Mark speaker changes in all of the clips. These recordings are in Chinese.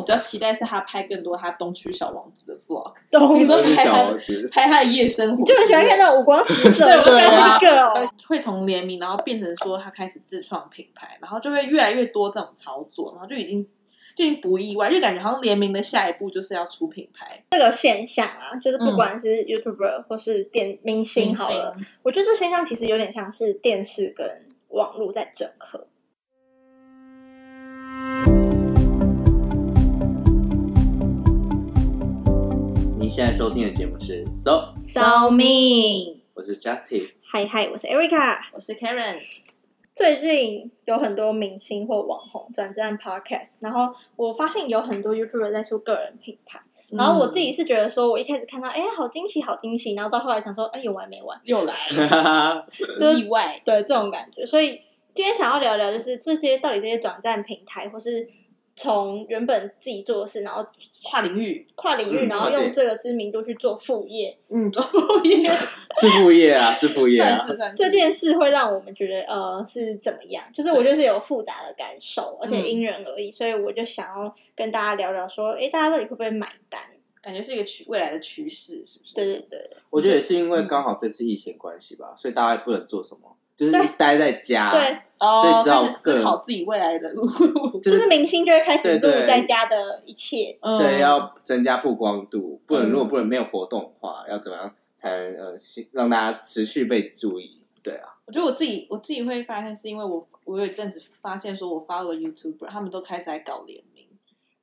Speaker 1: 比较期待是他拍更多他东区小王子的 vlog，
Speaker 2: 懂
Speaker 1: 比如
Speaker 2: 你
Speaker 1: 说
Speaker 2: 就
Speaker 1: 拍
Speaker 3: 小
Speaker 1: 他
Speaker 3: 王子，
Speaker 1: 拍他的夜生活，
Speaker 2: 很喜欢看那种五光十色
Speaker 1: 对
Speaker 2: 的，
Speaker 1: 我
Speaker 3: 喜欢
Speaker 2: 这个哦。
Speaker 1: 会从联名，然后变成说他开始自创品牌，然后就会越来越多这种操作，然后就已经就已经不意外，就感觉好像联名的下一步就是要出品牌。
Speaker 2: 这个现象啊，就是不
Speaker 1: 嗯
Speaker 2: 管是 YouTuber 或是电明星好了，我觉得这现象其实有点像是电视跟网络在整合。
Speaker 3: 您现在收听的节目是 So，
Speaker 2: So me，
Speaker 3: 我是 Justice，
Speaker 2: 嗨嗨，我是 Erica。
Speaker 1: 我是 Karen，
Speaker 2: 最近有很多明星或网红转战 Podcast，然后我发现有很多 YouTuber 在出个人品牌，
Speaker 1: 嗯
Speaker 2: 然后我自己是觉得说，我一开始看到，哎、好惊喜，好惊喜，然后到后来想说，哎、有完没完？
Speaker 1: 又来了，
Speaker 2: 就是
Speaker 1: 意外。
Speaker 2: 对这种感觉。所以今天想要聊聊，就是这些到底这些转战平台，或是从原本自己做的事，然后
Speaker 1: 跨领域，
Speaker 2: 跨领域，
Speaker 3: 嗯
Speaker 2: 然后
Speaker 3: 了解
Speaker 2: 用这个知名度去做副业，
Speaker 1: 嗯，做副业，
Speaker 3: 是副业啊，是副业
Speaker 1: 算
Speaker 3: 啊，
Speaker 1: 是算是
Speaker 2: 这件事会让我们觉得呃是怎么样？就是我就是有复杂的感受，而且因人而异，所以我就想要跟大家聊聊说，诶，大家到底会不会买单？
Speaker 1: 感觉是一个趋未来的趋势，是不是？
Speaker 2: 对对对，
Speaker 3: 我觉得也是因为刚好这次疫情关系吧，所以大家也不能做什么，就是待在家，
Speaker 2: 对，
Speaker 3: 所以
Speaker 1: 哦，
Speaker 3: 只好
Speaker 1: 开始思考自己未来的路，
Speaker 3: 就是
Speaker 2: 就是明星就会开始录
Speaker 3: 对对
Speaker 2: 在家的一切，
Speaker 1: 嗯
Speaker 3: 对，要增加曝光度，不
Speaker 1: 嗯
Speaker 3: 能如果不能没有活动的话，要怎么样才能呃吸让大家持续被注意？对啊，
Speaker 1: 我觉得我自己我自己会发现，是因为我我有一阵子发现，说我发了 YouTuber，他们都开始在搞联名。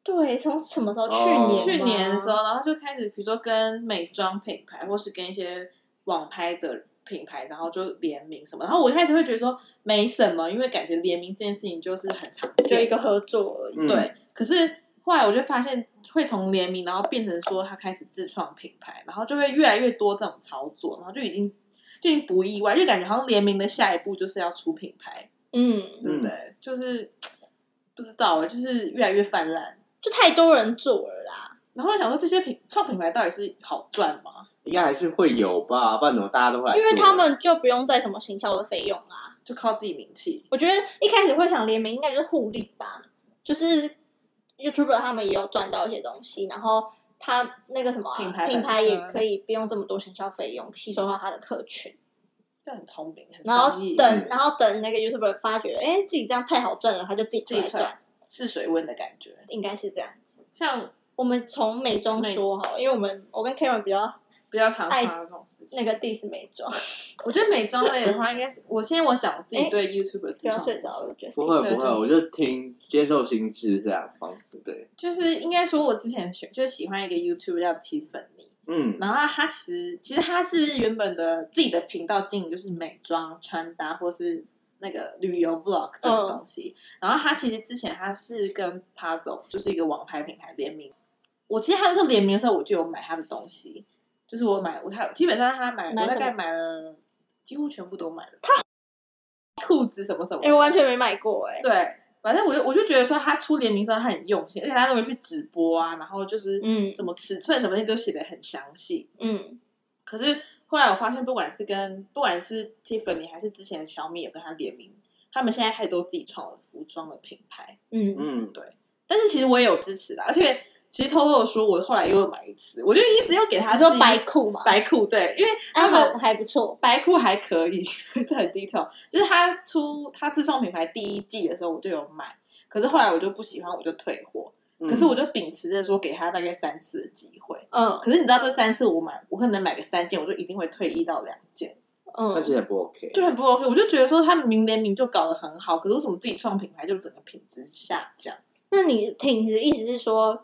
Speaker 2: 对，从什么时候？
Speaker 3: 哦
Speaker 2: 去
Speaker 1: 去
Speaker 2: 年吗
Speaker 1: 年的时，候，然后就开始，比如说跟美妆品牌，或是跟一些网拍的品牌，然后就联名什么。然后我一开始会觉得说没什么，因为感觉联名这件事情就是很常见，
Speaker 2: 就一个合作而已。
Speaker 3: 嗯
Speaker 1: 对，可是后来我就发现，会从联名，然后变成说他开始自创品牌，然后就会越来越多这种操作，然后就已经就已经不意外，就感觉好像联名的下一步就是要出品牌，
Speaker 2: 嗯，
Speaker 1: 对不对？就是不知道欸，就是越来越泛滥。
Speaker 2: 就太多人做了啦。
Speaker 1: 然后我想说，这些品创品牌到底是好赚吗？
Speaker 3: 应该还是会有吧，不然怎么大家都会来做？啊
Speaker 2: 因为他们就不用再什么行销的费用啦。
Speaker 1: 就靠自己名气，
Speaker 2: 我觉得一开始会想联名，应该就是互利吧，就是 YouTuber 他们也有赚到一些东西，然后他那个什么啊、
Speaker 1: 品牌本身
Speaker 2: 品牌也可以不用这么多行销费用，吸收到他的客群，
Speaker 1: 就很聪明，很
Speaker 2: 然后
Speaker 1: 商业，
Speaker 2: 等然后等那个 YouTuber 发觉，哎、自己这样太好赚了，他就自己
Speaker 1: 自
Speaker 2: 出来
Speaker 1: 己出来
Speaker 2: 赚，
Speaker 1: 试水温的感觉。
Speaker 2: 应该是这样子。
Speaker 1: 像
Speaker 2: 我们从美妆说好了，因为我们我跟 Karen 比较
Speaker 1: 比较常发
Speaker 2: 哎
Speaker 1: 生这种事情，
Speaker 2: 那个 diss 美妆，
Speaker 1: 我觉得美妆类的话，应该是我现在我讲我自己
Speaker 2: 哎
Speaker 1: 对 YouTube 的自创
Speaker 2: 不要
Speaker 1: 模式
Speaker 2: 睡着了，觉
Speaker 3: 不
Speaker 2: 得
Speaker 3: 会不会，我就听接受新知这样的方式。对，
Speaker 1: 就是应该说，我之前喜就喜欢一个 YouTube 叫 Tiffany，
Speaker 3: 嗯，
Speaker 1: 然后他其实其实他是原本的自己的频道经营就是美妆、穿搭或是那个旅游 Vlog 这
Speaker 2: 嗯
Speaker 1: 种东西。然后他其实之前他是跟 Puzzle 就是一个网拍品牌联名，我其实他那时候联名的时候我就有买他的东西，就是我买我他基本上他买
Speaker 2: 买
Speaker 1: 我
Speaker 2: 什
Speaker 1: 大
Speaker 2: 么
Speaker 1: 概买了几乎全部都买了，他裤子什么什么的，
Speaker 2: 哎、我完全没买过哎、
Speaker 1: 对，反正我就我就觉得说他出联名的时候他很用心，而且他都会去直播啊，然后就是
Speaker 2: 嗯
Speaker 1: 什么尺寸什么那都写的很详细。
Speaker 2: 嗯，
Speaker 1: 可是后来我发现，不管是跟不管是 Tiffany 还是之前小米有跟他联名，他们现在还都自己创了服装的品牌。
Speaker 2: 嗯，
Speaker 3: 嗯，
Speaker 1: 但是其实我也有支持的，而且其实偷偷的说，我后来又买一次，我就一直要给他
Speaker 2: 他啊说
Speaker 1: 寄
Speaker 2: 白裤嘛，
Speaker 1: 白裤，对，因为
Speaker 2: 啊，
Speaker 1: 他们、
Speaker 2: 好还不错，
Speaker 1: 白裤还可以， 这很 detail。就是他出他自创品牌第一季的时候，我就有买，可是后来我就不喜欢，我就退货。
Speaker 3: 嗯
Speaker 1: 可是我就秉持着说给他大概三次的机会。
Speaker 2: 嗯
Speaker 1: 可是你知道这三次我买，我可能买个三件，我就一定会退一到两件，
Speaker 2: 嗯，
Speaker 3: 那其实也不 OK，
Speaker 1: 就很不 OK。我就觉得说他们明联名就搞得很好，可是为什么自己创品牌就整个品质下降？
Speaker 2: 那你挺直意思是说，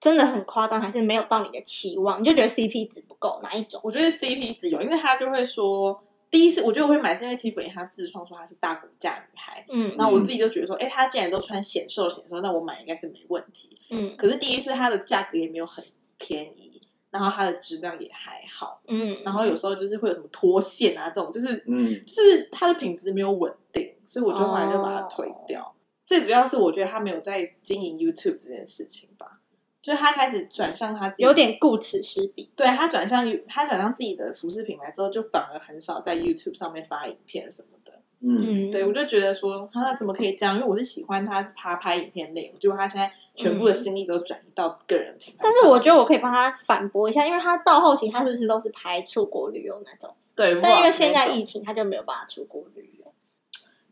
Speaker 2: 真的很夸张，还是没有到你的期望？你就觉得 CP 值不够，哪一种？
Speaker 1: 我觉得 CP 值有，因为他就会说，第一是我觉得我会买是因为 Tiffany 他自创说她是大骨架女孩，
Speaker 2: 嗯
Speaker 1: 那我自己就觉得说，哎、她既然都穿显瘦显瘦，那我买应该是没问题。
Speaker 2: 嗯
Speaker 1: 可是第一是它的价格也没有很便宜，然后它的质量也还好，
Speaker 2: 嗯，
Speaker 1: 然后有时候就是会有什么脱线啊这种，就是
Speaker 3: 嗯
Speaker 1: 就是它的品质没有稳定，所以我就后来就把它推掉。
Speaker 2: 哦
Speaker 1: 最主要是我觉得他没有在经营 YouTube 这件事情吧，就是他开始转向他自己，
Speaker 2: 有点顾此失彼。
Speaker 1: 对他转向他转向自己的服饰品牌之后，就反而很少在 YouTube 上面发影片什么的。
Speaker 3: 嗯，
Speaker 2: 嗯，
Speaker 1: 对，我就觉得说他怎么可以这样？因为我是喜欢他是他拍影片类，结果他现在全部的心力都转移到个人品牌上。
Speaker 2: 但是我觉得我可以帮他反驳一下，因为他到后期他是不是都是拍出国旅游那种？
Speaker 1: 对，
Speaker 2: 但因为现在
Speaker 1: 疫，
Speaker 2: 疫情，他就没有办法出国旅游。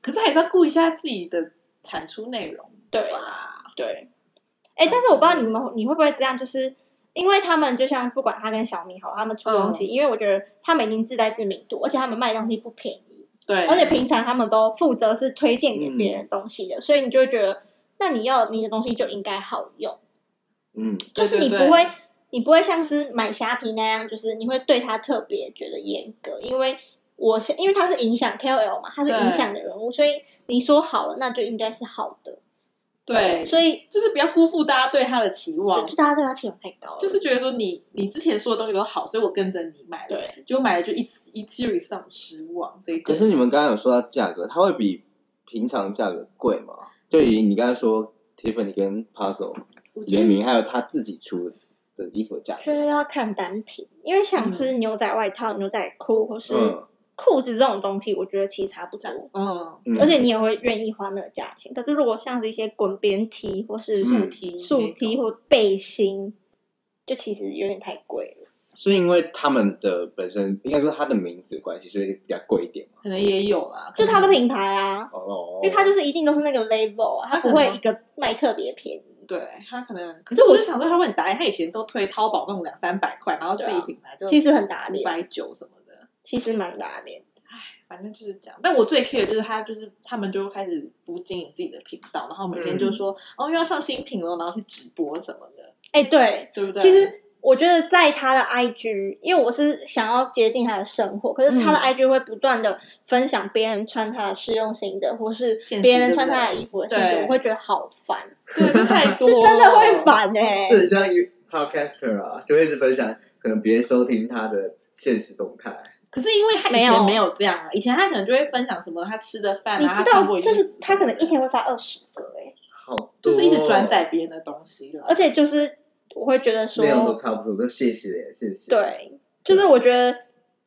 Speaker 1: 可是还是要顾一下自己的产出内容
Speaker 2: 对
Speaker 1: 吧。
Speaker 2: 对，哎、但是我不知道你们你会不会这样，就是因为他们就像不管他跟小米好，他们出东
Speaker 1: 嗯
Speaker 2: 西，因为我觉得他们已经自带知名度，而且他们卖的东西不便宜，
Speaker 1: 对，嗯
Speaker 2: 而且平常他们都负责是推荐给别人东西的，所以你就会觉得，那你要你的东西就应该好用，
Speaker 3: 嗯，
Speaker 1: 对
Speaker 2: 就是你
Speaker 1: 对
Speaker 2: 不
Speaker 1: 对
Speaker 2: 会。你不会像是买虾皮那样，就是你会对他特别觉得严格，因为我是因为他是影响 KOL 嘛，他是影
Speaker 1: 对
Speaker 2: 响的人物，所以你说好了，那就应该是好的。
Speaker 1: 对，
Speaker 2: 所以
Speaker 1: 就是不要辜负大家对他的期望
Speaker 2: 就，就大家对他期望太高了，
Speaker 1: 就是觉得说你你之前说的东西都好，所以我跟着你买了，
Speaker 2: 对，
Speaker 1: 结果买了就一次一 series 让我失望。这一个
Speaker 3: 可是你们刚刚有说到价格，它会比平常价格贵吗？就以你刚才说 Tiffany 跟 Puzzle
Speaker 1: 我觉
Speaker 3: 联
Speaker 1: 得
Speaker 3: 名，还有他自己出的衣服的价
Speaker 2: 就
Speaker 3: 格，
Speaker 2: 是要看单品，因为像是牛仔外套、牛仔裤或是
Speaker 3: 嗯
Speaker 2: 裤子这种东西，我觉得其实差不多，
Speaker 1: 嗯，
Speaker 3: 嗯，
Speaker 2: 而且你也会愿意花那个价钱。可是如果像是一些滚边 T 或是
Speaker 3: 嗯
Speaker 1: 竖踢
Speaker 2: 竖
Speaker 1: 那种
Speaker 2: T 或背心，就其实有点太贵了。
Speaker 3: 是因为他们的本身应该说他的名字的关系，所以比较贵一点嘛。
Speaker 1: 可能也有啦，
Speaker 2: 就它
Speaker 1: 可
Speaker 2: 的
Speaker 1: 能
Speaker 2: 品牌啊，
Speaker 3: 哦，
Speaker 2: 因为它就是一定都是那个 level 啊，它不会
Speaker 1: 它可能
Speaker 2: 一个卖特别便宜。
Speaker 1: 对他可能，可是我就想说他会很打脸，他以前都推淘宝那种两三百块，然后自
Speaker 2: 对
Speaker 1: 己
Speaker 2: 啊
Speaker 1: 品牌就
Speaker 2: 其实很打
Speaker 1: 五
Speaker 2: 脸，
Speaker 1: 百九什么的。
Speaker 2: 其实蛮打脸。
Speaker 1: 反正就是这样。但我最 care 的就是他，就是他们就开始不经营自己的频道，然后每天就
Speaker 2: 嗯
Speaker 1: 说、哦又要上新品了，然后去直播什么的，
Speaker 2: 哎、对，
Speaker 1: 对不对？
Speaker 2: 其实我觉得在他的 IG，因为我是想要接近他的生活，可是他的
Speaker 1: 嗯
Speaker 2: IG 会不断的分享别人穿他的试用型的，或是
Speaker 1: 现实
Speaker 2: 别人
Speaker 1: 对不
Speaker 2: 穿
Speaker 1: 对
Speaker 2: 他的衣服的现实，
Speaker 1: 对
Speaker 2: 我会觉得好烦，
Speaker 1: 对，这太多
Speaker 2: 是
Speaker 1: 了
Speaker 2: 真的会。烦哎、
Speaker 3: 这很像一个 podcaster 啊，就会一直分享，可能别人收听他的现实动态。
Speaker 1: 可是因为他以
Speaker 2: 没有
Speaker 1: 前没有这样啊，以前他可能就会分享什么他吃的饭
Speaker 2: 你
Speaker 1: 啊，
Speaker 2: 知
Speaker 1: 他穿过
Speaker 2: 道，
Speaker 1: 的
Speaker 2: 这
Speaker 1: 衣
Speaker 2: 是
Speaker 1: 服
Speaker 2: 他可能一天会发二十个哎、
Speaker 3: 好多哦，
Speaker 1: 就是一直转载别人的东西了
Speaker 2: 而。且就是我会觉得说
Speaker 3: 内，容都差不多，都谢谢耶谢谢。，
Speaker 2: 对，就是我觉得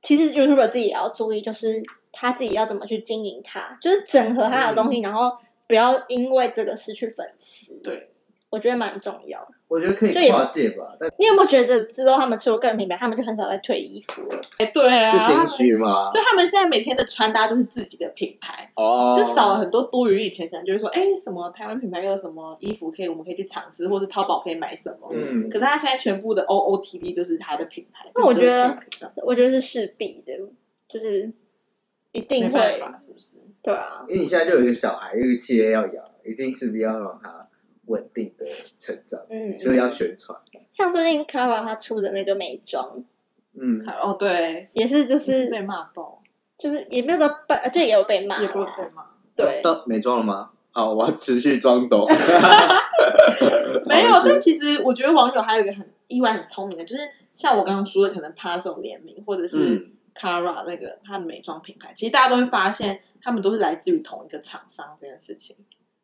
Speaker 2: 其实 YouTuber 自己也要注意，就是他自己要怎么去经营它，就是整合他的
Speaker 1: 嗯
Speaker 2: 东西，然后不要因为这个失去粉丝。
Speaker 1: 对，
Speaker 2: 我觉得蛮重要的。
Speaker 3: 我觉得可以
Speaker 2: 就也
Speaker 3: 跨界吧，但
Speaker 2: 你有没有觉得之后他们出了个人品牌，他们就很少在退衣服了？
Speaker 1: 哎，对啊，
Speaker 3: 是
Speaker 1: 他们
Speaker 3: 兴趣吗？
Speaker 1: 就他们现在每天的穿搭就是自己的品牌，
Speaker 3: 哦，
Speaker 1: 就少了很多多余。以前可能就是说，哎，什么台湾品牌又有什么衣服可以，我们可以去尝试，或是淘宝可以买什么。
Speaker 3: 嗯
Speaker 1: 可是他现在全部的 O O T D 就是他的品牌。
Speaker 2: 那我
Speaker 1: 这真的
Speaker 2: 觉得
Speaker 1: 太可惜了
Speaker 2: 我觉得是势必的，就是一定
Speaker 1: 没办
Speaker 2: 会，
Speaker 1: 法，是不是？
Speaker 2: 对啊，
Speaker 3: 因为你现在就有一个小孩，有一个企业要养，一定势必要让他稳定的成长，
Speaker 2: 嗯，
Speaker 3: 所以要宣传。
Speaker 2: 像最近 k a r a 他出的那个美妆，
Speaker 3: 嗯，
Speaker 1: 哦，对，
Speaker 2: 也是就
Speaker 1: 就是
Speaker 2: 是
Speaker 1: 被骂爆，
Speaker 2: 就是也没有到被，呃就也有被骂
Speaker 1: 也不会
Speaker 2: 啦
Speaker 1: 被骂。
Speaker 2: 对，
Speaker 3: 到美妆了吗？好，我要持续装懂。
Speaker 1: 没有
Speaker 3: 好，是
Speaker 1: 但其实我觉得网友还有一个很意外、很聪明的，就是像我刚刚说的，可能 p a s o 联名或者是
Speaker 3: 嗯
Speaker 1: Cara 那个它的美妆品牌，其实大家都会发现，他们都是来自于同一个厂商这件事情。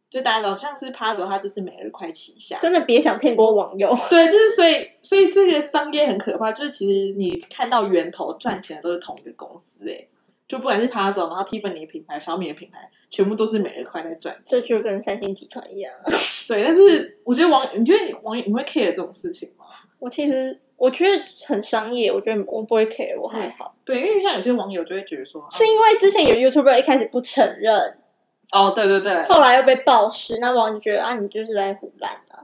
Speaker 1: 就大家知道，像是 p a s o 它就是每日快旗下，
Speaker 2: 真的别想骗过网友。
Speaker 1: 对，就是所以，所以这个商业很可怕，就是其实你看到源头赚钱的都是同一个公司、欸，就不管是 p a s o 然后 Tiffany 的品牌、小米的品牌，全部都是每日快在赚钱
Speaker 2: 这。就跟三星集团一样。啊
Speaker 1: 对，但是我觉得网，你觉得网友你会 care 这种事情吗？
Speaker 2: 我其实我觉得很商业，我觉得我不会 care，我还好。
Speaker 1: 对，因为像有些网友就会觉得说，啊
Speaker 2: 是因为之前有 YouTuber 一开始不承认，
Speaker 1: 哦，对对对，
Speaker 2: 后来又被爆尸，那网友觉得啊，你就是在胡乱啊。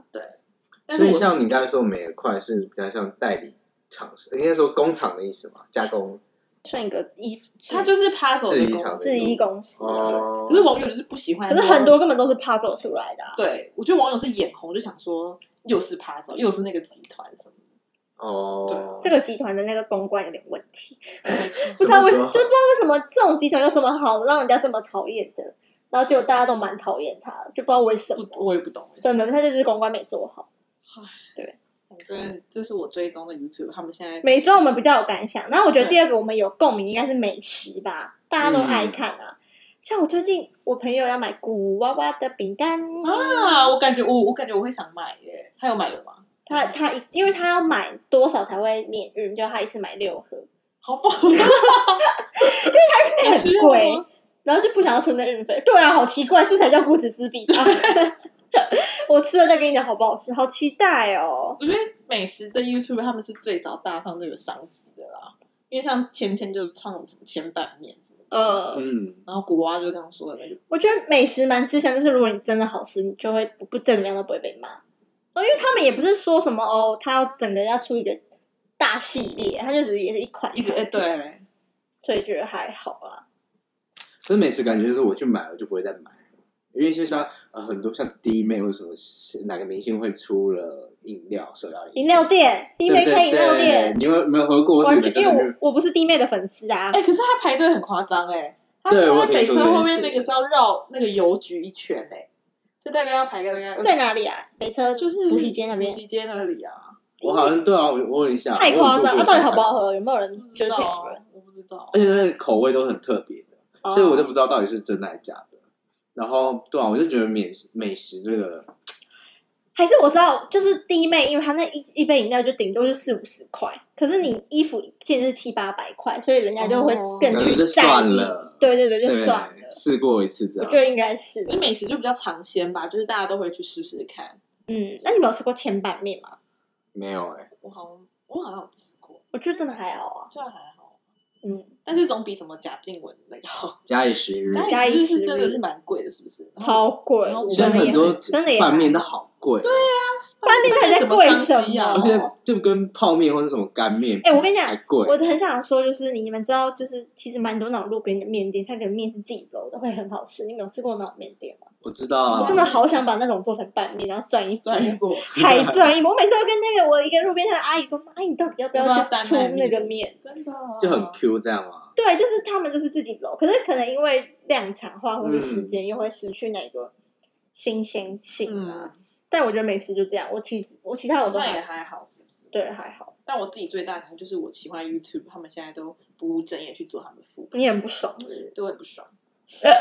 Speaker 1: 但是
Speaker 3: 所以
Speaker 1: 我
Speaker 3: 像你刚才说美而快是比较像代理厂，应该说工厂的意思嘛，加工
Speaker 2: 算一个衣服，
Speaker 1: 他就是 p a s o
Speaker 3: 制
Speaker 1: 的
Speaker 3: 衣
Speaker 1: 公
Speaker 3: 厂
Speaker 1: 司，
Speaker 2: 制衣公司，
Speaker 3: 哦。
Speaker 1: 可是网友就是不喜欢，
Speaker 2: 可是很多根本都是 puzzle 出来的、啊。
Speaker 1: 对我觉得网友是眼红，就想说又是 p a s o 又是那个集团什么
Speaker 3: 哦，
Speaker 2: 这个集团的那个公关有点问题，
Speaker 1: 的，
Speaker 2: 不知道为
Speaker 3: 怎
Speaker 2: 就
Speaker 3: 么说
Speaker 2: 不知道为什么这种集团有什么好让人家这么讨厌的，然后结果大家都蛮讨厌他，就不知道为什么。
Speaker 1: 不我也不懂，
Speaker 2: 真的，他就是公关没做好。
Speaker 1: 反正这是我追踪的 YouTube，他们现在
Speaker 2: 美妆我们比较有感想，然后我
Speaker 3: 嗯
Speaker 2: 觉得
Speaker 1: 对
Speaker 2: 第二个我们有共鸣应该是美食吧，大家都爱
Speaker 3: 嗯
Speaker 2: 看啊。像我最近我朋友要买古娃娃的饼干，
Speaker 3: 哦
Speaker 1: 啊，我感觉我我感觉我会想买耶，他有买了吗？
Speaker 2: 他他一因为他要买多少才会免运，就他一次买六盒，
Speaker 1: 好啊棒， 因为它
Speaker 2: 很贵，然后就不想要出那运费。对啊，好奇怪，这才叫顾此失彼吧。我吃了再跟你讲好不好吃，好期待哦！
Speaker 1: 我觉得美食的 YouTube 他们是最早搭上这个商机的啦，因为像天天就创什么千拌面什么的，
Speaker 2: 呃，
Speaker 3: 嗯，
Speaker 1: 然后古蛙就刚刚说的那个，
Speaker 2: 我觉得美食蛮吃香，就是如果你真的好吃，你就会不不再怎么样都不会被骂。哦，因为他们也不是说什么哦，他要整个要出一个大系列，他就只是也是一款
Speaker 1: 一直哎、
Speaker 2: 产品，
Speaker 1: 对，
Speaker 2: 所以觉得还好啊啦。
Speaker 3: 可是美食感觉就是我去买，我就不会再买了，因为就像呃很多像弟妹或者什么是哪个明星会出了饮料手摇
Speaker 2: 饮料店，弟
Speaker 3: 对
Speaker 2: 妹
Speaker 3: 对
Speaker 2: 开饮料
Speaker 3: 对
Speaker 2: 店，
Speaker 3: 你有没有喝过？我
Speaker 2: 完
Speaker 3: 是觉
Speaker 2: 全
Speaker 3: 得
Speaker 2: 因
Speaker 3: 真的
Speaker 2: 为
Speaker 3: 就
Speaker 2: 我我不是弟妹的粉丝啊
Speaker 1: 哎、，可是他排队很夸张哎，他
Speaker 3: 对我
Speaker 1: 他在
Speaker 3: 听
Speaker 1: 北
Speaker 3: 说
Speaker 1: 车
Speaker 3: 这件
Speaker 1: 后面
Speaker 3: 事
Speaker 1: 那个是要绕那个邮局一圈哎、就大概要排个大概
Speaker 2: 在哪里啊？北车
Speaker 1: 就是
Speaker 2: 补习街那边
Speaker 1: 补，习街那里啊，
Speaker 3: 我好像对啊，我我问一下，
Speaker 2: 太夸张啊！
Speaker 3: 我有做过
Speaker 2: 到底好不好喝？有没有人
Speaker 1: 不
Speaker 2: 觉
Speaker 1: 知
Speaker 2: 得
Speaker 1: 道
Speaker 2: 评
Speaker 1: 啊
Speaker 2: 论？，
Speaker 1: 我不知道
Speaker 3: 而，且那个口味都很特别的，
Speaker 2: 哦
Speaker 3: 所以我就不知道到底是真的还是假的。然后对啊，我就觉得美食美食这个
Speaker 2: 还是我知道，就是弟妹，因为她那一一杯饮料就顶多是四五十块，可是你衣服一件是七八百块，所以人家就会更
Speaker 3: 可
Speaker 2: 去
Speaker 3: 能就
Speaker 2: 在
Speaker 3: 算
Speaker 2: 意。
Speaker 3: 了，
Speaker 2: 对对对，就
Speaker 3: 对，啊
Speaker 2: 算了。
Speaker 3: 试过一次这
Speaker 2: 我
Speaker 3: 样
Speaker 2: 觉，得应该是
Speaker 1: 因，为美食就比较尝鲜吧，就是大家都会去试试看。
Speaker 2: 嗯，那你们有吃过千板面吗？
Speaker 3: 没有哎、
Speaker 1: 我好像我好像有吃过，
Speaker 2: 我觉得真的还好啊，
Speaker 1: 这样还好，
Speaker 2: 嗯，
Speaker 1: 但是总比什么贾静雯那个好。
Speaker 3: 假以时日，
Speaker 2: 嘉
Speaker 1: 义
Speaker 2: 义
Speaker 1: 是
Speaker 2: 食
Speaker 1: 真的
Speaker 2: 日
Speaker 1: 是蛮贵的，是不是？然后
Speaker 2: 超
Speaker 1: 哦
Speaker 2: 贵
Speaker 1: 然后，
Speaker 3: 现
Speaker 2: 真
Speaker 3: 在
Speaker 2: 的也
Speaker 3: 很多
Speaker 2: 很真的也
Speaker 3: 拌面
Speaker 2: 蛮
Speaker 3: 都好贵，对，
Speaker 2: 拌面到底在
Speaker 1: 么
Speaker 2: 贵
Speaker 1: 商
Speaker 2: 什
Speaker 1: 机啊
Speaker 2: 么
Speaker 3: 而且就跟泡面或者什么干面，
Speaker 2: 哦哎我跟你讲
Speaker 3: 还贵，
Speaker 2: 我很想说，就是你们知道，就是其实蛮多那种路边的面店，它可能面是自己揉的，会很好吃。你们有吃过那种面店吗？
Speaker 3: 我知道啊，
Speaker 2: 我真的好想把那种做成拌面，然后转一
Speaker 1: 专业
Speaker 2: 转，
Speaker 1: 过，
Speaker 2: 海转一波。我每次都跟那个我一个路边摊的阿姨说：“阿姨，你到底要不
Speaker 1: 要不要
Speaker 2: 去
Speaker 1: 单
Speaker 2: 出
Speaker 1: 卖
Speaker 2: 那个
Speaker 1: 面
Speaker 2: 面
Speaker 1: 真的啊
Speaker 3: 就很 Q 这样啊？”，
Speaker 2: 对，就是他们就是自己揉，可是可能因为量产化或者时间，又会失去那个新鲜性啊。
Speaker 1: 嗯，
Speaker 2: 但我觉得美食就这样，我其实我其他我
Speaker 1: 好
Speaker 2: 都
Speaker 1: 像
Speaker 2: 还
Speaker 1: 也还好，是不是？
Speaker 2: 对还好，
Speaker 1: 但我自己最大的可能就是我喜欢 YouTube，他们现在都不务正业去做他们的副本，
Speaker 2: 你很不爽是不是
Speaker 1: 对我很不爽。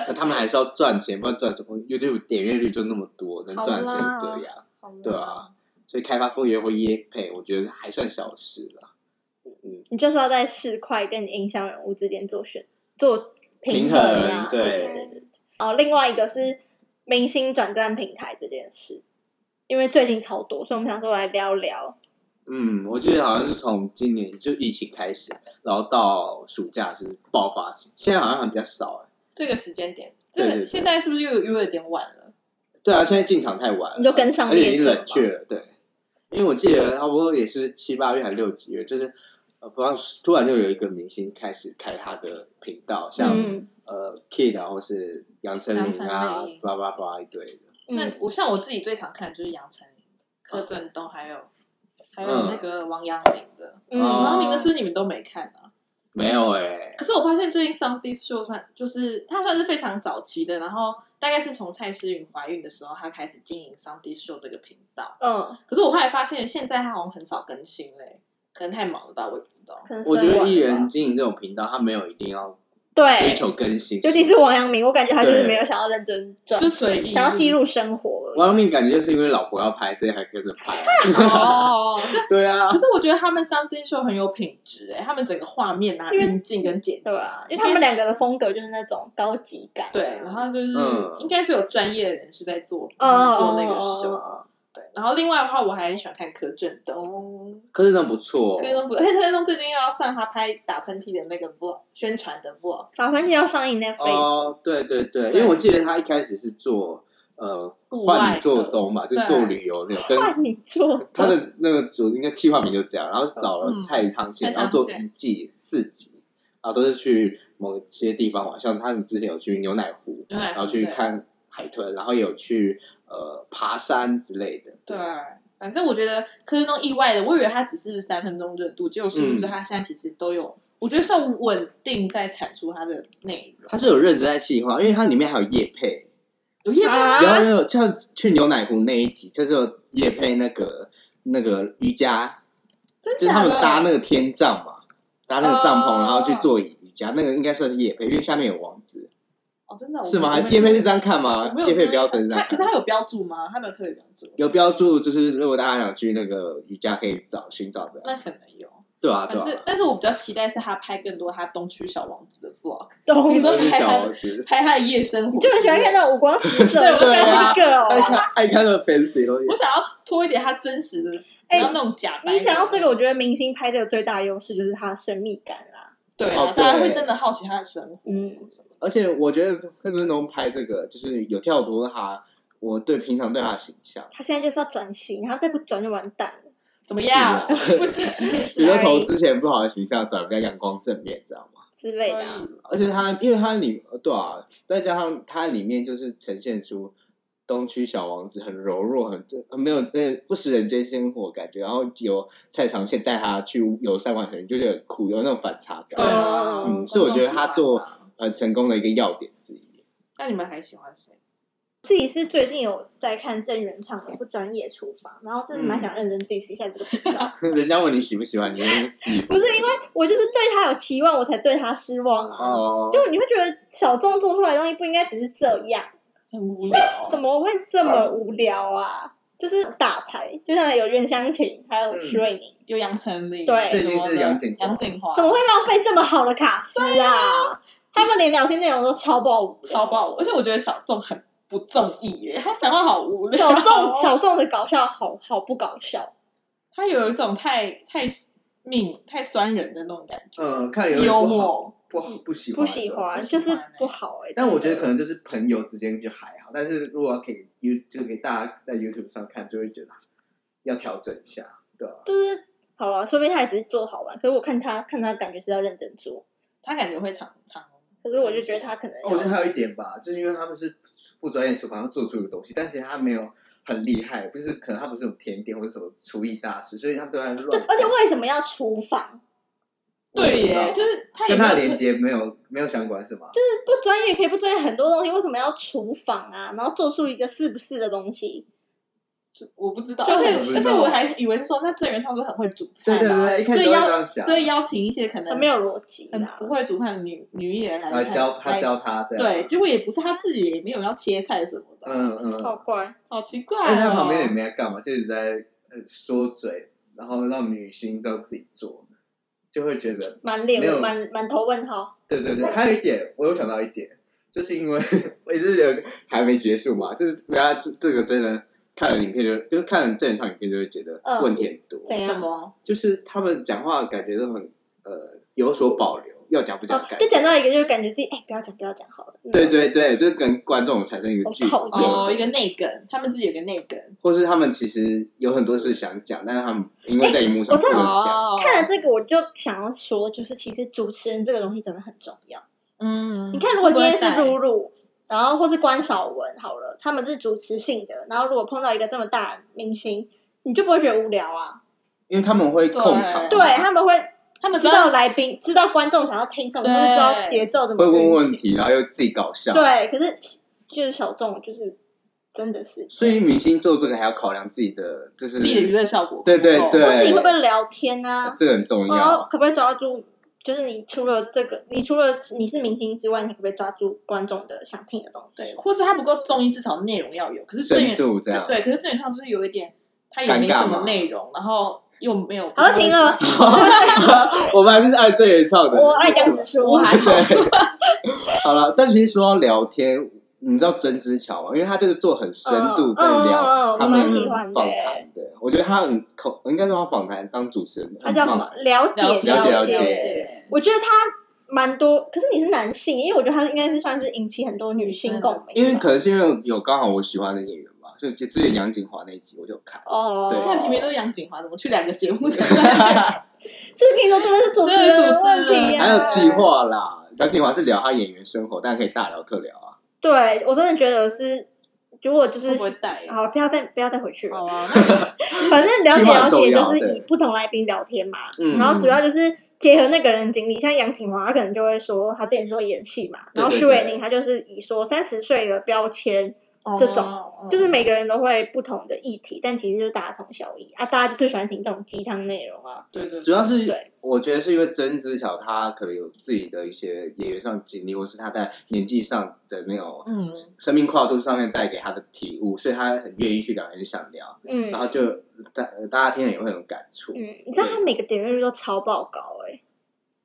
Speaker 3: 那他们还是要赚钱，不然赚什么？YouTube 点阅率就那么多，能赚钱就这样，对啊，所以开发风也或业配，我觉得还算小事了。
Speaker 2: 你就是要在市侩跟影响人物之间做选做
Speaker 3: 平
Speaker 2: 衡
Speaker 3: 衡
Speaker 2: 啊，
Speaker 3: 对
Speaker 2: 对对对。哦，另外一个是明星转战平台这件事，因为最近超多，所以我们想说来聊聊。
Speaker 3: 嗯，我记得好像是从今年就疫情开始，然后到暑假是爆发期，现在好像还比较少哎、
Speaker 1: 这个时间点，这
Speaker 3: 对对
Speaker 1: 个
Speaker 3: 对
Speaker 1: 现在是不是又有又有点晚了？
Speaker 3: 对啊，现在进场太晚了，
Speaker 2: 你就跟上
Speaker 3: 而且已经
Speaker 2: 列车
Speaker 3: 冷却了。对，因为我记得差不多也是七八月还六几月，就是呃，不知道突然就有一个明星开始开他的频道，像、
Speaker 2: 嗯
Speaker 3: 呃 Kid 啊，或是杨丞
Speaker 1: 杨
Speaker 3: 琳
Speaker 1: 丞
Speaker 3: 啊
Speaker 1: 琳，
Speaker 3: 叭叭叭一堆的。
Speaker 1: 那
Speaker 2: 嗯，
Speaker 1: 我像我自己最常看的就是杨丞琳、柯震东，还有还有
Speaker 3: 哦嗯
Speaker 1: 那个王阳明的。
Speaker 2: 嗯
Speaker 1: 王阳明的
Speaker 3: 哦
Speaker 1: 是你们都没看啊？
Speaker 3: 没有哎、
Speaker 1: 可是我发现最近《上帝秀》算就是它算是非常早期的，然后大概是从蔡诗芸怀孕的时候，她开始经营《上帝秀》这个频道。
Speaker 2: 嗯，
Speaker 1: 可是我后来发现，现在她好像很少更新嘞、可能太忙了吧，我也不知道。
Speaker 2: 可能
Speaker 3: 我觉
Speaker 2: 生
Speaker 3: 得
Speaker 2: 完
Speaker 3: 艺
Speaker 2: 了
Speaker 3: 人
Speaker 2: 吧
Speaker 3: 经营这种频道，他没有一定要追
Speaker 2: 对，
Speaker 3: 求更新，
Speaker 2: 尤其哎是王阳明，我感觉他就是
Speaker 3: 对
Speaker 2: 没有想要认真转
Speaker 1: 就，随意，
Speaker 2: 想要记录生活而已。
Speaker 3: 王阳明感觉就是因为老婆要拍，所以还跟着拍。
Speaker 1: 哦。
Speaker 3: 对啊
Speaker 1: 可，是我觉得他们《上帝秀》很有品质哎、他们整个画面啊、
Speaker 2: 因为
Speaker 1: 运镜跟剪辑
Speaker 2: 对啊，因为他们两个的风格就是那种高级感啊。
Speaker 1: 对，然后就是、
Speaker 3: 嗯
Speaker 1: 应该是有专业的人士在做、
Speaker 2: 哦哦
Speaker 1: 做那
Speaker 2: 哦
Speaker 1: 个
Speaker 2: 哦
Speaker 1: 秀，
Speaker 2: 哦
Speaker 1: 对。然后另外的话，我还很喜欢看柯震东，
Speaker 3: 柯震东不错哦
Speaker 1: 柯，震东不，而且柯震东最近又要上他拍打喷嚏的那个 vlog 宣传的 vlog，
Speaker 2: 打喷嚏要上映 Netflix，
Speaker 3: 哦，对对对，
Speaker 1: 对
Speaker 3: 因为我记得他一开始是做呃
Speaker 1: 户外
Speaker 3: 换
Speaker 1: 的
Speaker 3: 你做东嘛，就是
Speaker 1: 对
Speaker 3: 做旅游那种，跟
Speaker 2: 换你做
Speaker 3: 他的那个主应该计划名就这样，然后找了
Speaker 1: 嗯
Speaker 3: 蔡昌宪，
Speaker 1: 蔡
Speaker 3: 然
Speaker 1: 昌
Speaker 3: 后做
Speaker 1: 宪
Speaker 3: 一季四集，然后都是去某些地方玩，像他们之前有去牛奶湖，
Speaker 1: 牛奶湖
Speaker 3: 然后去
Speaker 1: 对
Speaker 3: 看海豚，然后有去呃爬山之类的，
Speaker 1: 对。反正我觉得柯震东意外的，我以为他只是三分钟热度，结果殊不知
Speaker 3: 嗯
Speaker 1: 他现在其实都有，我觉得算稳定在产出他的内容。
Speaker 3: 他是有认真在细化，因为它里面还有叶配，
Speaker 1: 有业配
Speaker 2: 啊
Speaker 3: 然后有像去牛奶湖那一集，就是有叶配那个那个瑜伽，
Speaker 1: 真
Speaker 3: 就是
Speaker 1: 假
Speaker 3: 他们
Speaker 1: 的？
Speaker 3: 搭那个天帐嘛，搭那个帐篷，
Speaker 1: 哦
Speaker 3: 然后去做瑜伽，那个应该算是叶配，因为下面有网址，
Speaker 1: 哦，真的
Speaker 3: 是吗？叶配是这样看吗
Speaker 1: 我没？有
Speaker 3: 叶配
Speaker 1: 注意
Speaker 3: 标准是这
Speaker 1: 他
Speaker 3: 样
Speaker 1: 可
Speaker 3: 看
Speaker 1: 是他有标注吗？他没有特别标注，
Speaker 3: 有标注，就是如果大家想去那个瑜伽，可以找寻找的。
Speaker 1: 那可能有。
Speaker 3: 对啊，对
Speaker 1: 反
Speaker 3: 啊，
Speaker 1: 正，但是我比较期待是他拍更多他东区小王子的 vlog，
Speaker 2: 懂
Speaker 1: 你说
Speaker 3: 我是
Speaker 1: 拍
Speaker 3: 小
Speaker 1: 他
Speaker 3: 王子，
Speaker 1: 拍他的夜生活，
Speaker 2: 就很喜欢看。那种五光十色，
Speaker 1: 对
Speaker 2: 我干
Speaker 3: 啊
Speaker 2: 这个
Speaker 3: 爱
Speaker 2: 哦。
Speaker 3: 看爱 看的 fancy 东西
Speaker 1: 我，想要多一点他真实的，
Speaker 2: 哎
Speaker 1: 然后那种假白。
Speaker 2: 你讲到这个，我觉得明星拍这个最大优势就是他的神秘感啦。
Speaker 1: 对
Speaker 3: 哦
Speaker 1: 啊，大家
Speaker 3: 对
Speaker 1: 会真的好奇他的生活
Speaker 2: 嗯
Speaker 1: 什么的。
Speaker 3: 而且我觉得柯震东拍这个就是有跳脱他我对平常对他的形象，
Speaker 2: 他现在就是要转型，然后再不转就完蛋了。
Speaker 1: 怎么样？
Speaker 3: 是 啊
Speaker 1: 不行，
Speaker 3: 比如说从
Speaker 2: Sorry
Speaker 3: 之前不好的形象转变阳光正面，知道吗？
Speaker 2: 之类的啊。
Speaker 3: 而且他因为他里呃对啊，再加上他里面就是呈现出东区小王子很柔弱，很很没有那不食人间烟火的感觉，然后有蔡长宪带他去游山玩水，就有点酷，有那种反差
Speaker 1: 对
Speaker 3: 感，
Speaker 1: 啊，
Speaker 2: 嗯
Speaker 3: 所以我觉得他做
Speaker 1: 观众喜欢吧
Speaker 3: 呃，成功的一个要点之一。
Speaker 1: 那你们还喜欢谁？
Speaker 2: 自己是最近有在看郑元畅的《不专业厨房》，然后真的蛮想认真 diss 一下这个频道。
Speaker 3: 人家问你喜不喜欢，你会你
Speaker 2: 不是因为我就是对他有期望，我才对他失望啊。
Speaker 3: 哦，
Speaker 2: 就你会觉得小众做出来的东西不应该只是这样，
Speaker 1: 很无聊，
Speaker 2: 怎么会这么无聊啊？就是打牌，就像有袁湘琴，还有徐慧宁，
Speaker 1: 有杨丞琳，啊
Speaker 2: 对
Speaker 3: 最近是
Speaker 1: 什么的
Speaker 3: 杨锦华
Speaker 1: 杨锦华，
Speaker 2: 怎么会浪费这么好的卡司啊？他们连聊天内容都超爆无聊
Speaker 1: 超爆我？而且我觉得小众很不中意耶，他讲话好无聊。哦
Speaker 2: 小众小众的搞笑好好不搞笑，
Speaker 1: 他有一种太太命太酸人的那种感觉，
Speaker 3: 嗯，看有点
Speaker 1: 幽
Speaker 3: 不好，
Speaker 1: 默。
Speaker 3: 不好不喜欢，
Speaker 2: 不喜。欢
Speaker 1: 不喜
Speaker 2: 就
Speaker 1: 欢
Speaker 2: 是
Speaker 1: 欸
Speaker 2: 不好哎、欸。
Speaker 3: 但我觉
Speaker 2: 真
Speaker 3: 得
Speaker 2: 的
Speaker 3: 可能就是朋友之间就还好，但是如果可以 You 就给大家在 YouTube 上看，就会觉得要调整一下，对啊吧？
Speaker 2: 就是好了，说不定他也只是做好玩，可是我看他看他感觉是要认真做，
Speaker 1: 他感觉会常常，
Speaker 2: 可是我就觉得他可能
Speaker 3: 嗯哦我觉
Speaker 2: 要
Speaker 3: 得还有一点吧，就是因为他们是不专业厨房做出的东西，但其实他没有很厉害，不是可能他不是有甜点或者什么厨艺大师，所以他们都在
Speaker 2: 对
Speaker 3: 乱，
Speaker 2: 而且为什么要厨房？
Speaker 1: 对
Speaker 3: 我
Speaker 1: 耶，
Speaker 3: 不知
Speaker 1: 就
Speaker 3: 道
Speaker 1: 是他也
Speaker 3: 跟
Speaker 1: 没
Speaker 3: 他
Speaker 1: 有
Speaker 3: 的连接没有没有相关是吗？
Speaker 2: 不专业可以不专业很多东西，为什么要厨房啊？然后做出一个是不是的东西？
Speaker 1: 就我不知道，
Speaker 2: 就
Speaker 1: 而且
Speaker 3: 很无
Speaker 1: 而且
Speaker 3: 聊
Speaker 1: 我还以为说那郑元畅是很会煮菜嘛，
Speaker 3: 对对对一开
Speaker 1: 所
Speaker 3: 始
Speaker 1: 以
Speaker 3: 都会
Speaker 1: 邀
Speaker 3: 这样想
Speaker 1: 所以邀请一些
Speaker 3: 嗯
Speaker 1: 可能
Speaker 2: 很没有逻辑
Speaker 1: 很
Speaker 2: 啦
Speaker 1: 不。会煮饭的女女艺人
Speaker 3: 来
Speaker 1: 来
Speaker 3: 教他
Speaker 1: 来
Speaker 3: 教他这样，
Speaker 1: 对，，结果也不是他自己也没有要切菜什么的，
Speaker 3: 嗯嗯，
Speaker 2: 好怪，
Speaker 1: 好奇怪、哦。
Speaker 3: 而且他旁边也没在干嘛，就一直在呃说嘴，然后让女星这样自己做，就会觉得
Speaker 2: 满
Speaker 3: 没有
Speaker 2: 脸满满头问号。
Speaker 3: 对对对。还有一点，我有想到一点，就是因为我也是觉得还没结束嘛，就是原来这这个真的看了影片就就是看了这场影片就会觉得
Speaker 2: 嗯
Speaker 3: 问题很多，
Speaker 2: 怎样
Speaker 1: 什么？
Speaker 3: 就是他们讲话感觉都很呃有所保留，要讲不讲
Speaker 2: 哦
Speaker 3: 的感，觉。
Speaker 2: 就讲到一个，就是感觉自己哎，不要讲，不要讲好了。嗯
Speaker 3: 对，对对，就跟观众产生一个
Speaker 2: 好
Speaker 3: 距离，
Speaker 2: 讨厌
Speaker 1: 哦，一个内梗，他们自己有个内梗。
Speaker 3: 或是他们其实有很多事想讲，但是他们因为在荧幕上
Speaker 2: 哎
Speaker 3: 不
Speaker 2: 我知
Speaker 3: 能
Speaker 2: 道
Speaker 3: 讲，
Speaker 2: 看了这个我就想要说，就是其实主持人这个东西真的很重要。
Speaker 1: 嗯，
Speaker 2: 你看，如果今天
Speaker 1: 会
Speaker 2: 是
Speaker 1: 不会
Speaker 2: 露露，然后或是关晓雯好了，他们是主持性的，然后如果碰到一个这么大的明星，你就不会觉得无聊啊？
Speaker 3: 因为他们会控场，
Speaker 1: 嗯
Speaker 2: 对他们会
Speaker 1: 在他们
Speaker 2: 知道来宾、知道观众想要听什么，
Speaker 1: 对
Speaker 2: 或者知道节奏怎么
Speaker 3: 会问问
Speaker 2: 运行。
Speaker 3: 题，啊然后又自己搞笑。，
Speaker 2: 对，可是就是小众，就是真的是，
Speaker 3: 所以明星做这个还要考量自己的，就是
Speaker 1: 自己的娱乐效果，
Speaker 3: 对对对
Speaker 2: 自己会不会聊天啊？
Speaker 3: 这个很重
Speaker 2: 然后
Speaker 3: 要。
Speaker 2: 可不可以抓住？就是你除了这个，你除了你是明星之外，你可不可以抓住观众的想听的东
Speaker 1: 对，
Speaker 2: 西？
Speaker 1: 或是他不够综艺，至少内容要有。可是郑
Speaker 3: 深
Speaker 1: 元
Speaker 3: 度这样
Speaker 1: 对，可是郑元畅就是有一点，他也没
Speaker 3: 尴尬
Speaker 1: 什
Speaker 3: 嘛
Speaker 1: 么内容，然后又没有。
Speaker 2: 好了，停了。。
Speaker 3: 我本来就是爱最原创的，
Speaker 2: 我爱江直树，
Speaker 1: 我还好
Speaker 3: 好了，但其实说到聊天，你知道曾之乔吗？因为他这个做很深度在聊
Speaker 2: 嗯嗯嗯嗯
Speaker 3: 他
Speaker 2: 我
Speaker 3: 们
Speaker 2: 蛮喜欢的
Speaker 3: 访谈的，我觉得他很口，应该说他访谈当主持人，
Speaker 2: 他叫什么？了解
Speaker 1: 了解
Speaker 3: 了解
Speaker 1: 解
Speaker 2: 我觉得他蛮多，可是你是男性，因为我觉得他应该是算是引起很多女性共鸣。
Speaker 3: 因为可能是因为有刚好我喜欢的演员吧，就之前杨锦华那一集我就有看，
Speaker 2: 哦，
Speaker 3: 对
Speaker 1: 看平平都是杨景华，怎么去两个节目 才来？
Speaker 2: 所以平常真的是主持人的问题、啊，
Speaker 3: 还有计。划啦。杨锦华是聊他演员生活，但可以大聊特聊啊。
Speaker 2: 对我真的觉得是，如果就是
Speaker 1: 会不会带？
Speaker 2: 好了，不要再不要再回去了。
Speaker 1: 好 啊，那
Speaker 2: 反正了解
Speaker 3: 计划
Speaker 2: 了
Speaker 3: 哦很重
Speaker 2: 解，
Speaker 3: 要
Speaker 2: 就是
Speaker 3: 对
Speaker 2: 以不同来宾聊天嘛，
Speaker 3: 嗯
Speaker 2: 然后主要就是。结合那个人经历，像杨景华，他可能就会说他之前说演戏嘛，然后
Speaker 3: 对对
Speaker 2: 徐伟
Speaker 3: 对
Speaker 2: 宁他就是以说三十岁的标签，
Speaker 1: 哦
Speaker 2: 这种
Speaker 1: 嗯
Speaker 2: 就是每个人都会不同的议题，但其实就是大同小异啊。大家最喜欢听这种鸡汤内容啊。
Speaker 1: 哦对对，
Speaker 3: 主要是
Speaker 2: 对
Speaker 3: 我觉得是因为曾之乔他可能有自己的一些演员上经历，或是他在年纪上的那种
Speaker 1: 嗯，
Speaker 3: 生命跨度上面带给他的体悟，所以他很愿意去聊，很想聊，
Speaker 2: 嗯
Speaker 3: 然后就大大家听了也会有感触。
Speaker 2: 嗯，你知道他每个点阅率都超爆高哎、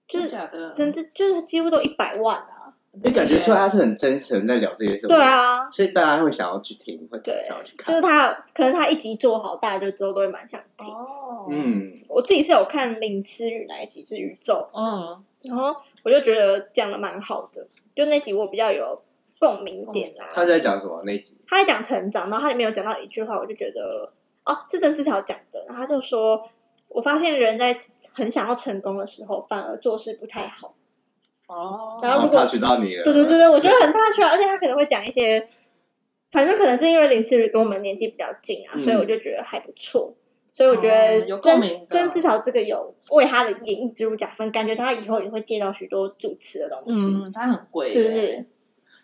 Speaker 2: 就
Speaker 1: 真
Speaker 2: 是
Speaker 1: 假的，
Speaker 2: 真的就是几乎都一百万啊。
Speaker 3: 你感觉出来他是很真诚在聊这些事，
Speaker 2: 对，啊，
Speaker 3: 所以大家会想要去听，会
Speaker 2: 对
Speaker 3: 想要去
Speaker 2: 就是
Speaker 3: 看。
Speaker 2: 他可能他一集做好，大家就之后都会蛮想听。
Speaker 1: 哦，
Speaker 3: 嗯，
Speaker 2: 我自己是有看林思雨那一集是宇宙，
Speaker 1: 嗯，
Speaker 2: 然后我就觉得讲的蛮好的，就那集我比较有共鸣点啦、
Speaker 3: 他在讲什么那一集？
Speaker 2: 他在讲成长，然后他里面有讲到一句话，我就觉得哦，是曾志乔讲的，然后他就说，我发现人在很想要成功的时候，反而做事不太好。
Speaker 1: 哦，
Speaker 2: 然后如果
Speaker 3: 他取到你了，
Speaker 2: 对对对对，我觉得很大啊圈，而且他可能会讲一些，反正可能是因为林思雨跟我们年纪比较近啊，
Speaker 3: 嗯
Speaker 2: 所以我就觉得还不错。所以我觉
Speaker 1: 哦
Speaker 2: 得
Speaker 1: 有
Speaker 2: 曾
Speaker 1: 共鸣的
Speaker 2: 曾志乔这个有为他的演艺之路加分，感觉他以后也会接到许多主持的东西，
Speaker 1: 嗯，他很贵，
Speaker 2: 是不是？？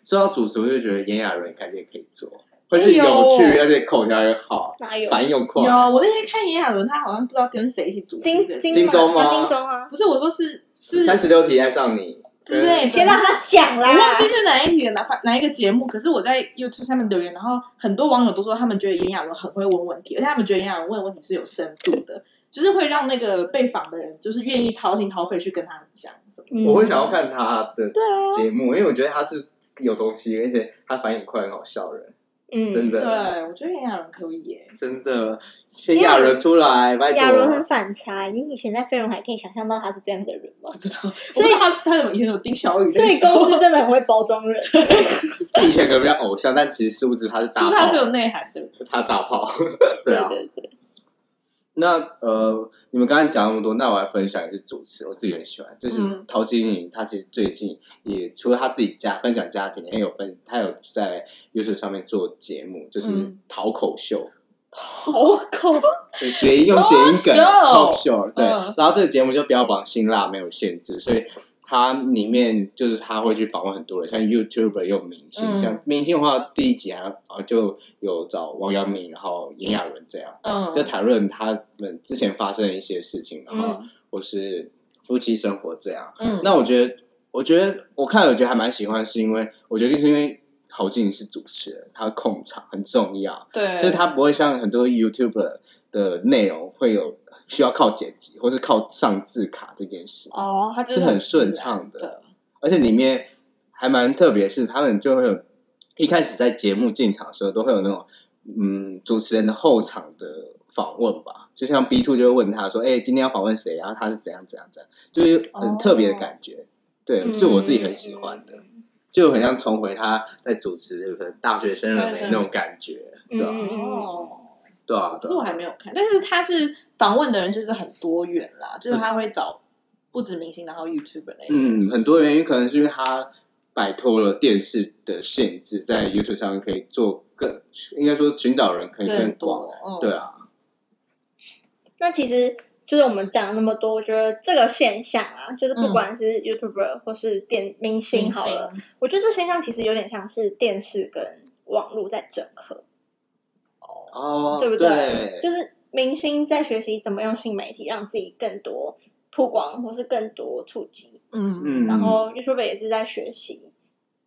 Speaker 3: 说到主持，我就觉得炎亚纶感觉也可以做，而且有
Speaker 1: 哎
Speaker 3: 趣，
Speaker 1: 呦
Speaker 3: 而且口条也好，
Speaker 2: 哪有
Speaker 3: 反应又快
Speaker 1: 有，。我那天看炎亚纶，他好像不知道跟谁一起主持
Speaker 2: 金
Speaker 1: 的，
Speaker 3: 金
Speaker 2: 金
Speaker 3: 钟吗
Speaker 2: 啊金钟啊，
Speaker 1: 不是我说是是
Speaker 3: 三十六题爱上你
Speaker 1: 之类的，
Speaker 2: 先让他讲
Speaker 1: 我
Speaker 2: 啦。
Speaker 1: 忘记是哪一年哪哪一个节目，可是我在 YouTube 上面留言，然后很多网友都说他们觉得炎亚纶很会问问题，而且他们觉得炎亚纶问的问题是有深度的，就是会让那个被访的人就是愿意掏心掏肺去跟他讲什么。
Speaker 2: 嗯
Speaker 3: 我会想要看他的
Speaker 1: 对啊，
Speaker 3: 节目，因为我觉得他是有东西，而且他反应快，很好笑人，
Speaker 2: 嗯，
Speaker 3: 真的，
Speaker 1: 对，啊我觉得炎亚纶可以耶。
Speaker 3: 真的，先亚纶出来，拜
Speaker 2: 亚纶很
Speaker 3: 托，
Speaker 2: 反差，你以前在飞轮海可以想象到他是这样的人 吗
Speaker 1: 我？不知道，
Speaker 2: 所以
Speaker 1: 我不知道他他怎么以前有丁小雨的时
Speaker 2: 所
Speaker 1: 候，
Speaker 2: 以公司真的很会包装人，
Speaker 3: 就以前可能比较偶像，但其实殊不知他是大
Speaker 1: 是不是他是有
Speaker 3: 炮，
Speaker 1: 内涵的人？
Speaker 3: 他大炮， 对
Speaker 2: 对
Speaker 3: 啊。
Speaker 2: 对对，
Speaker 3: 那呃，你们刚才讲那么多，那我来分享一个主持，我自己很喜欢，就是
Speaker 1: 嗯
Speaker 3: 陶晶莹，她其实最近也除了她自己家分享家庭，也有分，她有在 YouTube 上面做节目，就是
Speaker 1: 嗯
Speaker 3: 讨口秀。
Speaker 2: 好口
Speaker 3: 谐音用谐音梗
Speaker 1: Talk
Speaker 3: talk
Speaker 1: show
Speaker 3: show，对
Speaker 1: 嗯，
Speaker 3: 然后这个节目就标榜辛辣没有限制，所以它里面就是他会去访问很多人，像 YouTuber 也有明星，
Speaker 1: 嗯
Speaker 3: 像明星的话，第一集还啊就有找王阳明，然后炎亚纶这样，
Speaker 1: 嗯，
Speaker 3: 就谈论他们之前发生的一些事情，然后
Speaker 2: 嗯
Speaker 3: 或是夫妻生活这样。
Speaker 1: 嗯，
Speaker 3: 那我觉得，我觉得我看了，我觉得还蛮喜欢，是因为我觉得是因为郝静是主持人，他控场很重要。
Speaker 1: 对，
Speaker 3: 就是它不会像很多 YouTuber 的内容会有需要靠剪辑或是靠上字卡这件事，
Speaker 1: 哦，他就是
Speaker 3: 是很顺
Speaker 1: 自然
Speaker 3: 畅的
Speaker 1: 的，
Speaker 3: 而且里面还蛮特别，是他们就会有一开始在节目进场的时候都会有那种嗯主持人的后场的访问吧，就像 B two 就会问他说，哎、今天要访问谁，然后他是怎样怎样怎样，就是很特别的感觉，对，是我自己很喜欢的。就很像重回他在主持可能大学生了没那种感觉，对啊，
Speaker 2: 嗯
Speaker 1: 哦。
Speaker 3: 对啊，
Speaker 1: 可
Speaker 3: 对
Speaker 1: 是
Speaker 3: 啊
Speaker 1: 我还没有看，但是他是访问的人就是很多元啦，就是他会找不止明星，然后 YouTuber 那些人，
Speaker 3: 嗯嗯，很多原因可能是因为他摆脱了电视的限制，在 YouTube 上面可以做更，应该说寻找人可以更
Speaker 1: 更
Speaker 3: 广。
Speaker 1: 多，嗯，
Speaker 3: 对啊，
Speaker 2: 那其实就是我们讲了那么多，我觉得这个现象啊，就是不管是 YouTuber 或是电明星
Speaker 1: 明
Speaker 2: 好了，
Speaker 1: 星
Speaker 2: 我觉得这现象其实有点像是电视跟网络在整合，
Speaker 3: 哦，
Speaker 2: 对不
Speaker 3: 对？
Speaker 2: 就是明星在学习怎么用新媒体让自己更多曝光或是更多触及，
Speaker 1: 嗯，
Speaker 3: 嗯，
Speaker 2: 然后 YouTuber 也是在学习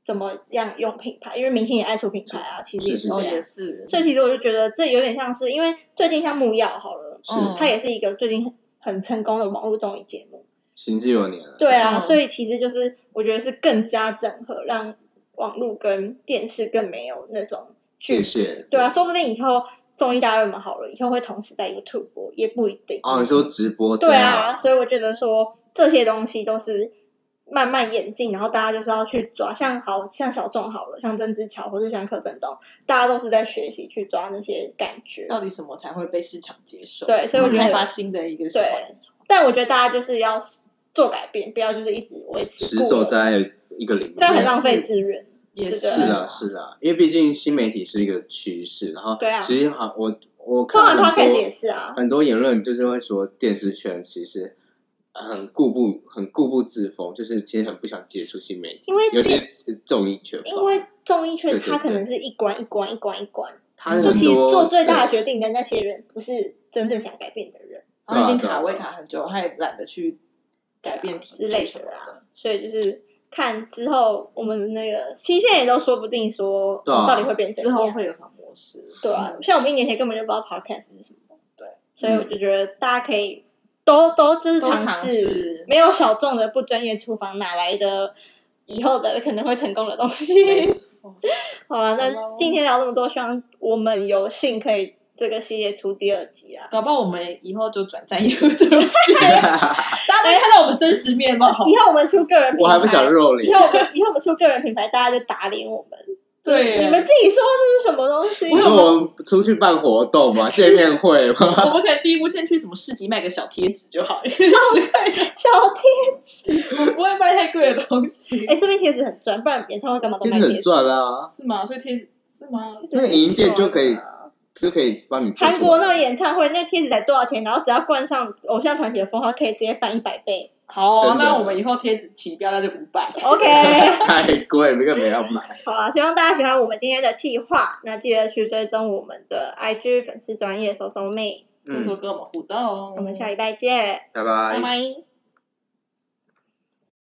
Speaker 2: 怎么样用品牌，因为明星也爱出品牌啊，其实也
Speaker 3: 是
Speaker 2: 是
Speaker 1: 哦
Speaker 2: 这
Speaker 1: 也
Speaker 2: 样。
Speaker 1: 是，
Speaker 2: 所以其实我就觉得这有点像是，因为最近像木曜好了，
Speaker 3: 是
Speaker 1: 嗯
Speaker 2: 它也是一个最近很很成功的网络综艺节目。
Speaker 3: 行之有年了。
Speaker 2: 对啊，
Speaker 1: 嗯
Speaker 2: 所以其实就是我觉得是更加整合，让网络跟电视更没有那种距
Speaker 3: 谢
Speaker 2: 离。
Speaker 3: 谢。
Speaker 2: 对啊，说不定以后综艺大热门好了，以后会同时在 YouTube 播，也不一定。
Speaker 3: 哦，你说直播这
Speaker 2: 对
Speaker 3: 样
Speaker 2: 啊，，所以我觉得说这些东西都是慢慢演进，然后大家就是要去抓，像好像小众好了，像曾之乔或是像柯震东，大家都是在学习去抓那些感觉。
Speaker 1: 到底什么才会被市场接受？，
Speaker 2: 对，所以我觉
Speaker 1: 哦开
Speaker 2: 得
Speaker 1: 发，新的一个
Speaker 2: 对
Speaker 1: 选
Speaker 2: 但我觉得大家就是要做改变，不要就是一直维持
Speaker 3: 死
Speaker 2: 固
Speaker 3: 守
Speaker 2: 有
Speaker 3: 在一个领域。
Speaker 2: 这样很浪费资源。
Speaker 1: 也
Speaker 2: 对
Speaker 1: 是
Speaker 2: 对
Speaker 3: 是啊，是啊，因为毕竟新媒体是一个趋势，然后
Speaker 2: 对啊
Speaker 3: 其实好，我我
Speaker 2: 看完
Speaker 3: 看很
Speaker 2: podcast
Speaker 3: 多
Speaker 2: 也是啊，
Speaker 3: 很多言论就是会说电视圈其实很固步很固步自封，就是其实很不想接触新媒体，
Speaker 2: 因为
Speaker 3: 尤其
Speaker 2: 电
Speaker 3: 是综艺圈吧。
Speaker 2: 因为综艺圈
Speaker 3: 对对
Speaker 2: 它可能是一关一关一关一关，
Speaker 3: 他很
Speaker 2: 就
Speaker 3: 多
Speaker 2: 其实嗯做最大的
Speaker 3: 对
Speaker 2: 决定的那些人，不是真正想改变的人，
Speaker 1: 然后已经
Speaker 3: 对啊对啊
Speaker 1: 卡位卡很久，他也懒得去改变体
Speaker 2: 之
Speaker 1: 制
Speaker 2: 类
Speaker 1: 什么
Speaker 2: 的啊
Speaker 1: 的。
Speaker 2: 所以就是看之后我们那个新鲜也都说不定说
Speaker 3: 对啊
Speaker 2: 到底会变怎
Speaker 1: 之
Speaker 2: 样。
Speaker 1: 后会有什么模式？
Speaker 2: 对啊，
Speaker 1: 嗯
Speaker 2: 像我们一年前根本就不知道 podcast 是什么，
Speaker 1: 对，
Speaker 2: 所
Speaker 3: 嗯
Speaker 2: 以我就觉得大家可以都都就是
Speaker 1: 都
Speaker 2: 尝
Speaker 1: 尝
Speaker 2: 试
Speaker 1: 试，
Speaker 2: 没有小众的不专业厨房哪来的以后的可能会成功的东西。
Speaker 1: 没错
Speaker 2: 好了，
Speaker 1: 好
Speaker 2: 那
Speaker 1: 咯
Speaker 2: 今天聊这么多，希望我们有幸可以这个系列出第二集啊。
Speaker 1: 搞不好我们以后就转战 YouTube，大家能看到我们真实面貌。
Speaker 2: 以后我们出个人品牌，
Speaker 3: 啊我还不想肉
Speaker 2: 以
Speaker 3: 脸，
Speaker 2: 后我们以后我们出个人品牌，大家就打脸我们。
Speaker 1: 对耶
Speaker 2: 你们自己说这是什么东西？
Speaker 3: 你说啊我们出去办活动嘛，见面会嘛，
Speaker 1: 我们可能第一步先去什么市集卖个小贴纸 就好，实在
Speaker 2: 小天，
Speaker 1: 不会卖太贵的东西，
Speaker 2: 哎，说明贴纸很赚，不然演唱会干嘛都
Speaker 3: 其
Speaker 2: 卖
Speaker 3: 实
Speaker 2: 贴
Speaker 3: 很
Speaker 2: 纸？
Speaker 3: 赚啊，
Speaker 1: 是吗？所以贴纸是吗？
Speaker 3: 那个银店就可以就可以帮你做
Speaker 2: 啊韩
Speaker 3: 出来
Speaker 2: 国那个演唱会，那贴纸才多少钱？然后只要冠上偶像团体的封号，可以直接翻一百倍。
Speaker 1: 好哦、
Speaker 3: 真的
Speaker 1: 那我们以后贴纸起标那就五百。
Speaker 2: OK，
Speaker 3: 太贵，那个没要买。
Speaker 2: 好啦，希望大家喜欢我们今天的企划，那记得去追踪我们的 IG 粉丝专业搜搜妹，
Speaker 1: 多多
Speaker 3: 嗯，
Speaker 1: 跟我们互动。
Speaker 2: 我们下礼拜见，
Speaker 3: 拜拜
Speaker 2: 拜。拜。